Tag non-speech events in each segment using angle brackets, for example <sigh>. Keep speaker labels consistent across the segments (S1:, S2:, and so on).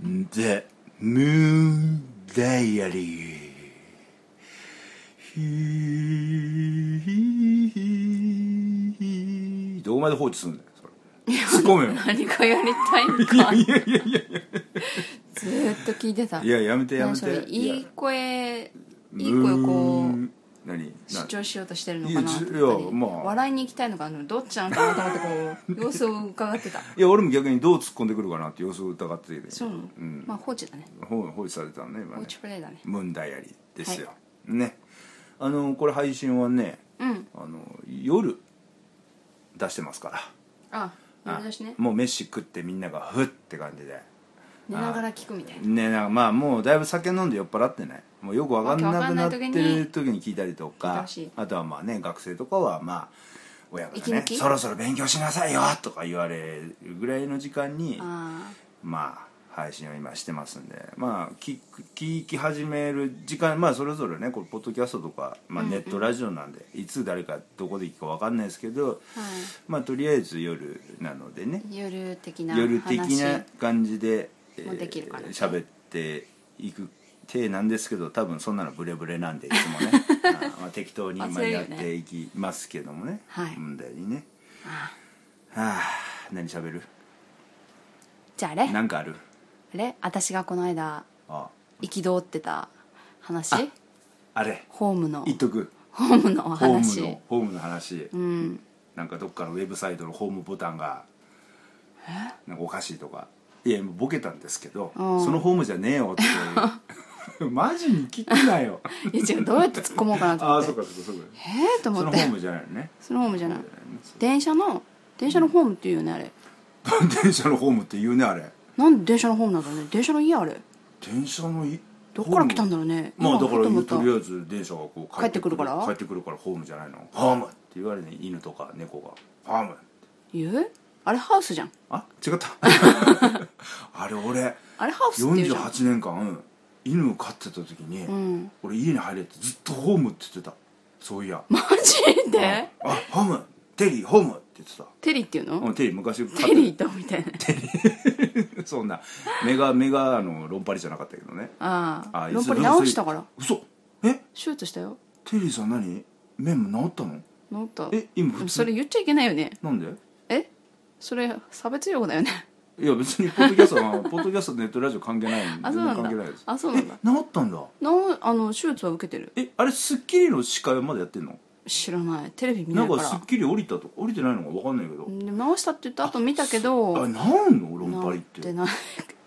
S1: The Moon Diary ひーひーひーひーどこまで放置するんだよそれ突っ込むよ
S2: 何かやりたい
S1: <laughs>
S2: んかいやいやいやずーっと聞いてた
S1: いややめてやめ
S2: 何それ
S1: ていや
S2: いい声い
S1: ム
S2: い声をこ
S1: ー
S2: う
S1: ン何
S2: 主
S1: な
S2: 張しようとしてるのかなと
S1: いやいや
S2: 思ったり
S1: まあ
S2: 笑いに行きたいのかなどっちなのかなと思って
S1: <laughs>
S2: こう様子を伺ってた
S1: いや俺も逆にどう突っ込んでくるかなって様子を疑ってて
S2: そうなの、
S1: ん
S2: まあ放置だね
S1: ほ放置されてたのね今
S2: 放
S1: ね
S2: 置プレイだね
S1: ムーンダイアリーですよ、ねあのこれ配信はね
S2: うん
S1: あの夜出してますから
S2: あ
S1: あ
S2: 思い出しね
S1: もう飯食ってみんながふって感じで
S2: 寝ながら聞くみたいな
S1: ねなんかまあもうだいぶ酒飲んで酔っ払ってねもうよくわかんなくなってる時に聞いたりと
S2: 聞いて
S1: か
S2: ほしい
S1: あとはまあね学生とかはまあ親が
S2: 息
S1: ね
S2: 抜
S1: 「
S2: き
S1: そろそろ勉強しなさいよ」とか言われるぐらいの時間に
S2: あ
S1: まあ配信を今してますんでまあ聞く聞き始める時間まあそれぞれねこれポッドキャストとか、まあ、ネットラジオなんで、いつ誰かどこで聞くかわかんないですけど、
S2: あはい
S1: まあとりあえず夜なのでね
S2: 夜的な話
S1: 夜的な感じでえ
S2: もうできるかな
S1: ー喋、っていく体なんですけど多分そんなのブレブレなんでいつも
S2: <laughs>
S1: ねあーまあ適当に今
S2: 忘れるよ
S1: やっ
S2: ね
S1: ていきますけどもね
S2: はい
S1: 問題にね
S2: ああ
S1: はあ何喋る
S2: じゃああれあ
S1: なんかある
S2: れ私がこの間
S1: あ
S2: 憤ってた話
S1: あれ
S2: ホームの
S1: 言っとく
S2: ホームのお
S1: ホー
S2: 話
S1: ムのホームの話、
S2: うん
S1: なんかどっかのウェブサイトのホームボタンがなんかおかしいとかいやもうボケたんですけどそ
S2: うん
S1: のホームじゃねえよ
S2: <laughs>
S1: っていうマジに聞くなよ
S2: いや違うどうやって突っ込もうかなと
S1: あ
S2: 思
S1: あ
S2: っ
S1: そ
S2: て
S1: うかそうかそうか
S2: えー、と
S1: そ
S2: 思
S1: の
S2: っ
S1: ホ
S2: て
S1: ームじゃないのね
S2: そのホームじゃない
S1: そ
S2: 電車の電車のホームっていうよねあれ
S1: う電車のホームって言うねあれ
S2: なんで電車のホームなんだろうね電車の家あれ
S1: 電車のい
S2: どっから来たんだろうね
S1: ホームまあだ
S2: 今
S1: から
S2: ふと思った
S1: とりあえず電車がこう
S2: 帰ってくるから
S1: 帰ってくるからホームじゃないのホームって言われるね犬とか猫がホーム
S2: えあれハウスじゃん
S1: あ違
S2: <laughs>
S1: ったあれ俺
S2: あれハウスっていうじゃん
S1: 48年間犬を飼ってた時に、
S2: ん
S1: 俺家に入れってずっとホームって言ってたそういや
S2: マジで
S1: あホームテリーホームって言ってた
S2: テリーっていうの
S1: うんテリー昔飼って
S2: テリーとみたいな
S1: <laughs> そんなメガメガあのロンパリじゃなかったけどね
S2: ああ
S1: <laughs> あ
S2: ロンパリ直したから
S1: 嘘え
S2: 手術したよ
S1: テリーさん何面も治ったの
S2: 治った
S1: え今普通
S2: それ言っちゃいけないよね
S1: なんで
S2: えそれ差別用語だよね <laughs>
S1: いや別にポッドキャストはポッドキャストネットラジオ関係ないんで
S2: あそうなんだ
S1: 関係ないです
S2: あそうなんだ
S1: え治ったんだ
S2: なあの手術は受けてる
S1: えあれ『スッキリ』の司会はまだやってんの
S2: 知らないテレビ見
S1: な
S2: な
S1: ん
S2: い
S1: か『
S2: か
S1: スッ
S2: ら
S1: キリ』降りたとか降りてないのか分かんないけど
S2: でも治したって言った後見たけ
S1: あ
S2: ど
S1: 治んのロンパリっ
S2: 治って
S1: て
S2: ない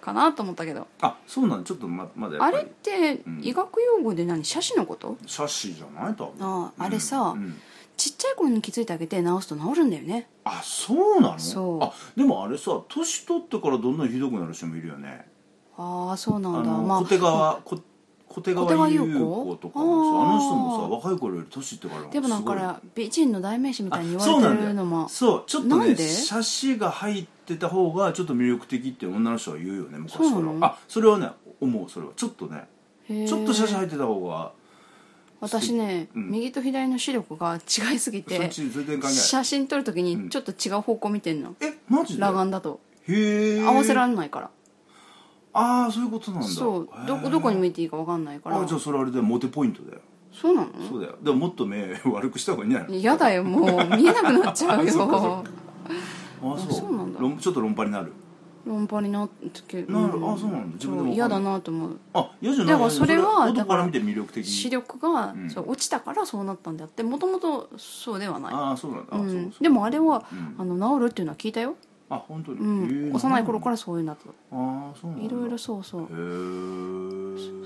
S2: かなと思ったけど
S1: あそうなんちょっとままだや
S2: あ
S1: っぱ
S2: れっ
S1: り
S2: て
S1: ん
S2: 医学用語で何斜視のこと
S1: シャッシーじゃない多分
S2: あああれさ
S1: うんうん
S2: ちっちゃい頃に気づいてあげて治すと治るんだよね
S1: あそうなの
S2: そう
S1: あでもあれさ年取ってからどんどんひどくなる人もいるよね
S2: ああそうな
S1: あ
S2: んだ
S1: の、
S2: まあ
S1: 小手川こ小手
S2: 小手川
S1: 川
S2: 優
S1: 優
S2: 子
S1: 子とかもさ
S2: あ
S1: あ
S2: ー
S1: の人もさ若い頃より年いってからも
S2: でもなんか
S1: すごい
S2: ら美人の代名詞みたいに
S1: あ
S2: 言
S1: そう
S2: わ
S1: な
S2: れ
S1: ん
S2: て
S1: だ
S2: るの
S1: よ
S2: も
S1: そうちょっと
S2: なん
S1: ね
S2: で
S1: 写真が入ってた方がちょっと魅力的って女の人は言うよね昔か
S2: そうなの
S1: らあそれはね思うそれはちょっとね
S2: へえ
S1: ちょっと写真入ってた方が
S2: 私ね、
S1: うん
S2: 右と左の視力が違いすぎ
S1: そってち全然関係ない
S2: 写真撮るときにちょっと違う方向見てんの、
S1: えマジで
S2: 裸眼だと
S1: へえ
S2: 合わせられないから、
S1: ああそういうことなんだ
S2: そう
S1: へー
S2: どこどこに向いていいか分かんないから
S1: あじゃあそれあれだよモテポイントだよ
S2: そうなの
S1: そうだよでももっと目 <laughs> 悪くした方がいいんじゃない
S2: 嫌だよも
S1: <laughs>
S2: う見えなくなっちゃう
S1: あそっかそ
S2: よ
S1: あそう
S2: そうなんだ
S1: 論ちょっと論破になる
S2: 論破になってけ
S1: なるあそうなんだ自分でもわかんない
S2: 嫌だなと思う
S1: あ嫌じゃない
S2: だからそれはだ
S1: 男
S2: か
S1: からら見て魅力的
S2: 視力が、
S1: うん
S2: そう落ちたからそうなったんであってもともとそうではない、
S1: ああそうなんだあ
S2: う
S1: そうそ
S2: ん
S1: う、
S2: でもあれは、
S1: うん
S2: あの治るっていうのは聞いたよ、
S1: あ本当に
S2: う
S1: へ
S2: ん、
S1: え
S2: 幼い頃からそういうのだっ
S1: ああそうなん
S2: た
S1: だ
S2: いろいろ
S1: へ
S2: そうそう
S1: え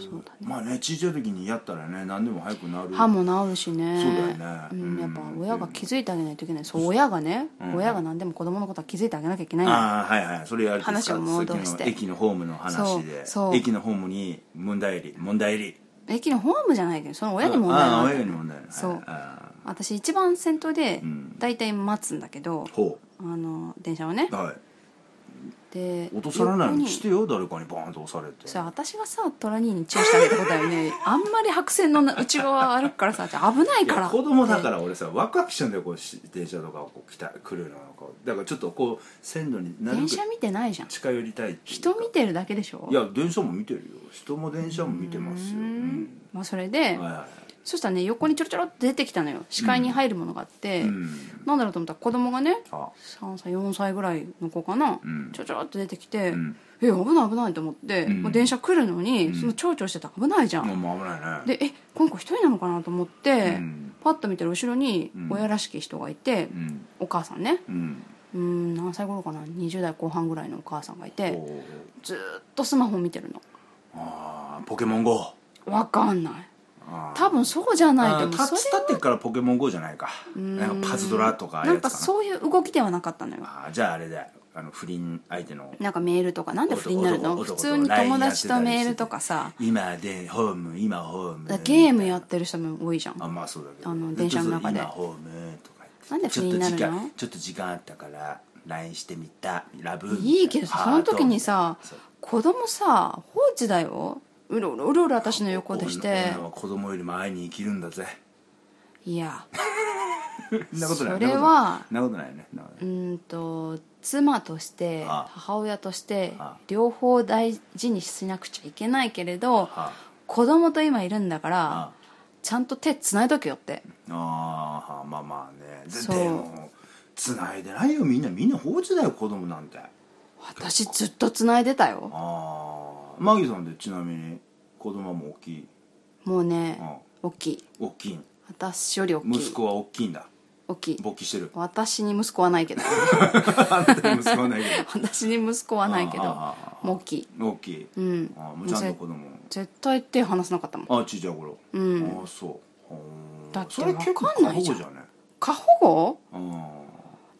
S2: そうだね
S1: まあね小さい時にやったらね何でも早くなる
S2: 歯も治るしね
S1: そうだよね
S2: んやっぱ
S1: うん
S2: 親が気づいてあげないといけないそう親がね、
S1: うん
S2: 親が何でも子供のことは気づいてあげなきゃいけないんだ
S1: ああはいはいそれやると
S2: 話を戻して
S1: さっきの駅のホームの話で
S2: そうそう
S1: 駅のホームに問題入り問題入り
S2: 駅のホームじゃないけどその親に問題
S1: あ
S2: が
S1: あ
S2: あ
S1: 親
S2: る
S1: に問題ない
S2: そう
S1: あ
S2: 私一番先頭で
S1: うん
S2: 大体待つんだけど、
S1: あほ
S2: あの電車をね
S1: うはい
S2: て
S1: 落とされないようにしててよ誰かにバーンと押されて
S2: それ私がさトラ兄にチューしてあげたことだよねあんまり白線の内側歩くからさ危ないか
S1: い
S2: ら
S1: や子供だから俺さワクワクしちゃうんだよこうし電車とかこう来た来るのなんかだからちょっとこう線路になるべく
S2: 電車見てないじゃん
S1: 近寄りたいっていうか
S2: 人見てるだけでしょ
S1: いや電車も見てるよ人も電車も見てますよ、
S2: う
S1: うんん
S2: まあ、それで、
S1: はいは
S2: そしたらね横にちょろちょろって出てきたのよ視界に入るものがあって、
S1: いうん
S2: なんだろうと思ったら子供がね
S1: あ
S2: 3歳4歳ぐらいの子かな、
S1: うん
S2: ちょろちょろって出てきて、
S1: うん
S2: え危ない危ないと思って、
S1: うん
S2: もう電車来るのに、
S1: ん
S2: その蝶々してたら危ないじゃん、
S1: もう危ないね
S2: でえこの子一人なのかなと思って、
S1: うん
S2: パッと見たら後ろに親らしき人がいて、
S1: うん
S2: お母さんね
S1: うん
S2: うーん何歳頃かな20代後半ぐらいのお母さんがいて
S1: こう
S2: ずーっとスマホ見てるの
S1: あーポケモン GO
S2: わかんない
S1: あー
S2: 多分そうじゃないと
S1: あー
S2: 思う
S1: 立
S2: そ
S1: つ立ってからポケモン GO じゃないか
S2: ん
S1: なんかパズドラとかああい
S2: な
S1: うんやつか
S2: か
S1: な
S2: そういう動きではなかったのよ
S1: あーじゃああれだよあの不倫相手の
S2: なんかメールとかなんで不倫になるの
S1: 男
S2: 普
S1: 男
S2: 通に友達とメールとかさ
S1: 今でホーム今ホーム
S2: だからゲームやってる人も多いじゃん
S1: あまあそうだけど
S2: あの電車の中で
S1: ずっとそう今ホームとか言って
S2: なんで不倫になるの
S1: ちょっと時間ちょっと時間あったから LINE してみたラブ
S2: いいけどさその時にさ
S1: そう
S2: 子供さ放置だようろうろうろうろ私の横でして
S1: 女は子供よりも愛に生きるんだぜ
S2: いや
S1: そんなことない
S2: それは
S1: そんなことないそんなことないねそんなことな
S2: う
S1: い
S2: ーんと妻として
S1: ああ
S2: 母親として
S1: ああ
S2: 両方大事にしなくちゃいけないけれど
S1: あ
S2: 子供と今いるんだから
S1: あ
S2: ちゃんと手つないどけよって
S1: あーまあまあねで
S2: そう
S1: でも繋いでないよみんなみんな放置だよ子供なんてあ
S2: 私ずっとつないでたよ
S1: あマギさんでちなみに子供はもう大きい
S2: もうね
S1: ああ
S2: 大きい
S1: 大きいん
S2: 私より大きい
S1: 息子は大きいんだ
S2: 大きい
S1: 勃起して
S2: <laughs>
S1: る
S2: 私に息子はない
S1: <laughs>
S2: けど
S1: あんたに息子はないけ
S2: 私に息子はないけど
S1: ああああ
S2: もう大きい
S1: ど大きい、
S2: うん
S1: ああもうちゃんと子供
S2: 絶対手離さなかったもん
S1: ああちいちゃい頃、
S2: うん
S1: ああそううん
S2: だって
S1: それ結構
S2: わかんないじゃん
S1: 過保護ね
S2: 過保護
S1: うん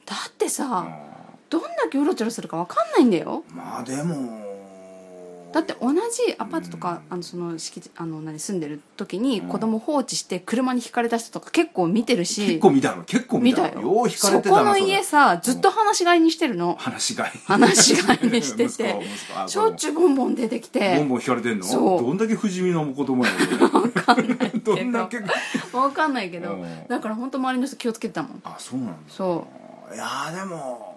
S2: だってさ
S1: あ
S2: どんだけうろちょろするか分かんないんだよ
S1: あまあでも
S2: だって同じアパートとか、あのその敷地あの何住んでる時に子供放置して車にひかれた人とか結構見てるし
S1: 結構見たの結構見
S2: 見
S1: た
S2: た
S1: の
S2: よ
S1: よう引かれて
S2: そ
S1: た
S2: こ
S1: な
S2: の
S1: れ
S2: 家さずっと放し飼いにしてるの
S1: 話し飼い
S2: 話し飼いにしてて
S1: 息子息子あ
S2: しょっちゅうボンボン出てきて
S1: ボンボン引かれてんの
S2: そう
S1: どんだけ不死身の子供やねん
S2: 分かんないけど
S1: どんだけ
S2: 分かんないけど、
S1: うん
S2: だから本当周りの人気をつけてたもん
S1: あそうなんだ
S2: そ
S1: いやーでも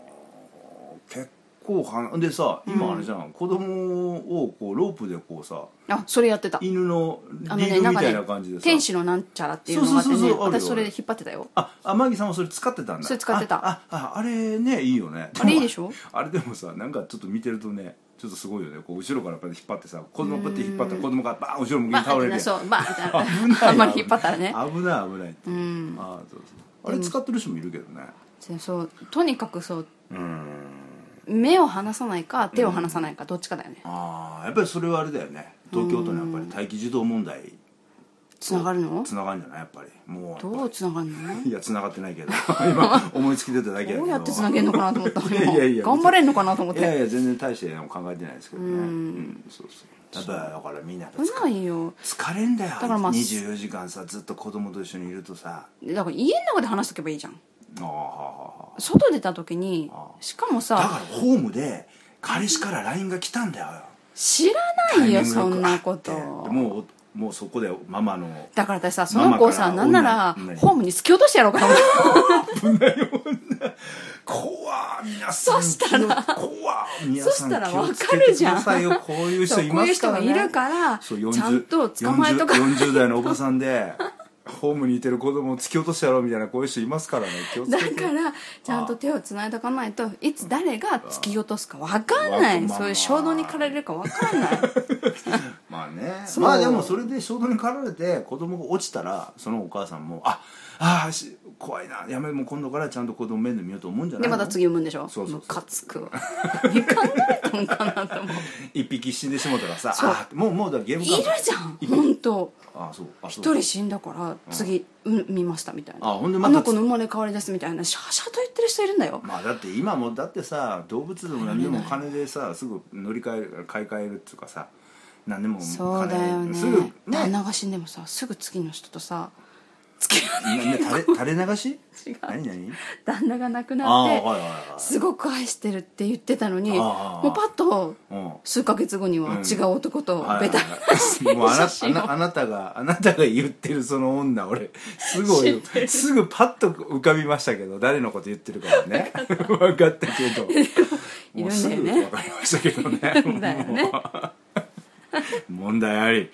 S1: 結構はでさ今あれじゃん、子供をこうロープでこうさ
S2: うあそれやってた
S1: 犬のリ
S2: あの
S1: ー
S2: ね
S1: ル
S2: なん
S1: み
S2: か
S1: たい
S2: ね
S1: な感じでさ、
S2: 天使のなんちゃらっていうのがあってね
S1: そうそうそうそうあるよ
S2: 私それ引っ張ってたよ
S1: ああマギさんはそれ使ってたんだ
S2: それ使ってた
S1: ああああれねいいよね
S2: あれいいでしょ
S1: あれでもさなんかちょっと見てるとねちょっとすごいよねこう後ろからこうやって引っ張ってさ子供こうやって引っ張ったら子供がバーン後ろ向きに
S2: バ
S1: 倒
S2: ー
S1: れ
S2: ン
S1: る
S2: っ
S1: や
S2: て
S1: ん
S2: そうバーンってなる
S1: <laughs> 危ない
S2: あんまり引っ張ったらね
S1: 危ない危ないって、
S2: うん
S1: あーそうそうあれ使ってる人もいるけどね
S2: そうとにかくそう
S1: うーん
S2: 目を離さないか手を離さないかどっちかだよね
S1: ああやっぱりそれはあれだよね東京都のやっぱり待機児童問題
S2: つながるの
S1: つながるんじゃないやっぱりもう
S2: どうつながるの
S1: いやつながってないけど今思いつき出ただけやけど
S2: どうやってつなげんのかなと思ったの
S1: い <laughs> やいやいや
S2: 今頑張れんのかなと思っ
S1: いやい
S2: て
S1: や全然大して何も考えてないですけどねうんそうそうやっぱだからみんなやっぱ
S2: 危ないよ
S1: 疲れんだよ
S2: からまあ
S1: 24時間さずっと子供と一緒にいるとさ
S2: だから家の中で話しとけばいいじゃん
S1: あーはーは
S2: 外出た時にしかも
S1: ーはーだ
S2: さ
S1: からホームで彼氏から LINE が来たんだよ
S2: 知らない
S1: タイミ
S2: よ
S1: ング
S2: そ
S1: く
S2: んなこと
S1: あってもうもうそこでママの
S2: だから私さその子をさ
S1: ママから
S2: なんなら
S1: 女に
S2: ホームに突き落としてやろうか
S1: <laughs>
S2: と思って
S1: 怖っ皆さん
S2: そしたら
S1: 怖っ皆さん
S2: そしたら
S1: 気を
S2: わ
S1: つ
S2: か
S1: けてく
S2: るじゃ
S1: だ
S2: ん
S1: さいよこういう人
S2: そう
S1: い
S2: こう
S1: ま
S2: いう
S1: す
S2: 人
S1: から
S2: が
S1: ね
S2: いるから
S1: そう40
S2: ちゃんと捕まえとか
S1: 40, 40代のおばさんでホームにいてる子供を突き落としてやろうみたいなこういう人いますからね気をつけ
S2: だ
S1: て
S2: からちゃんと手をつないとかないといつ誰が突き落とすか分かんな
S1: わ
S2: い
S1: まあ
S2: そういう衝動に駆られるか分かんない
S1: まあね
S2: そう
S1: まあでもそれで衝動に駆られて子供が落ちたらそのお母さんもああーし怖いなやめもう今度からちゃんと子供面倒見ようと思うんじゃな
S2: で
S1: いの
S2: また次産むんでしょ
S1: そうそうそう
S2: ムカつくわ何考えたんかなと思う
S1: 一匹死んでしもたらさ
S2: そう
S1: あーもうもうだからゲーム
S2: い
S1: 感
S2: る
S1: 覚
S2: じゃん本当
S1: あーそうあそう
S2: 一人死んだから次産みましたみたいな
S1: あほんでま
S2: あ
S1: た
S2: の子の生まれ変わりですみたいなシャーシャーと言ってる人いるんだよ
S1: まあだって今もだってさ動物でも何でもお金でさすぐ乗り換える買い替えるっていうかさ何でもお金
S2: そうだよね
S1: すぐね
S2: 旦那が死んでもさすぐ次の人とさ付き合わない
S1: なな垂れ垂れ流
S2: <laughs>
S1: し
S2: 違う
S1: 何何
S2: 旦那が亡く
S1: ああ
S2: なっ
S1: はい
S2: て
S1: はい
S2: すごく愛してるって言ってたのに
S1: あー
S2: もうパッと
S1: はい
S2: 数ヶ月後には違う男と
S1: うんはい
S2: ベタ
S1: はいはいもうあな
S2: 写真を
S1: あなあなたがあなたが言ってるその女俺すご
S2: 知って
S1: い
S2: る
S1: すぐパッと浮かびましたけど誰のこと言ってるかは
S2: <laughs>
S1: ね分かったけど
S2: い
S1: もう
S2: るん
S1: す
S2: だよ
S1: ぐ
S2: ね
S1: 分かりましたけどね
S2: だよね
S1: 問題あり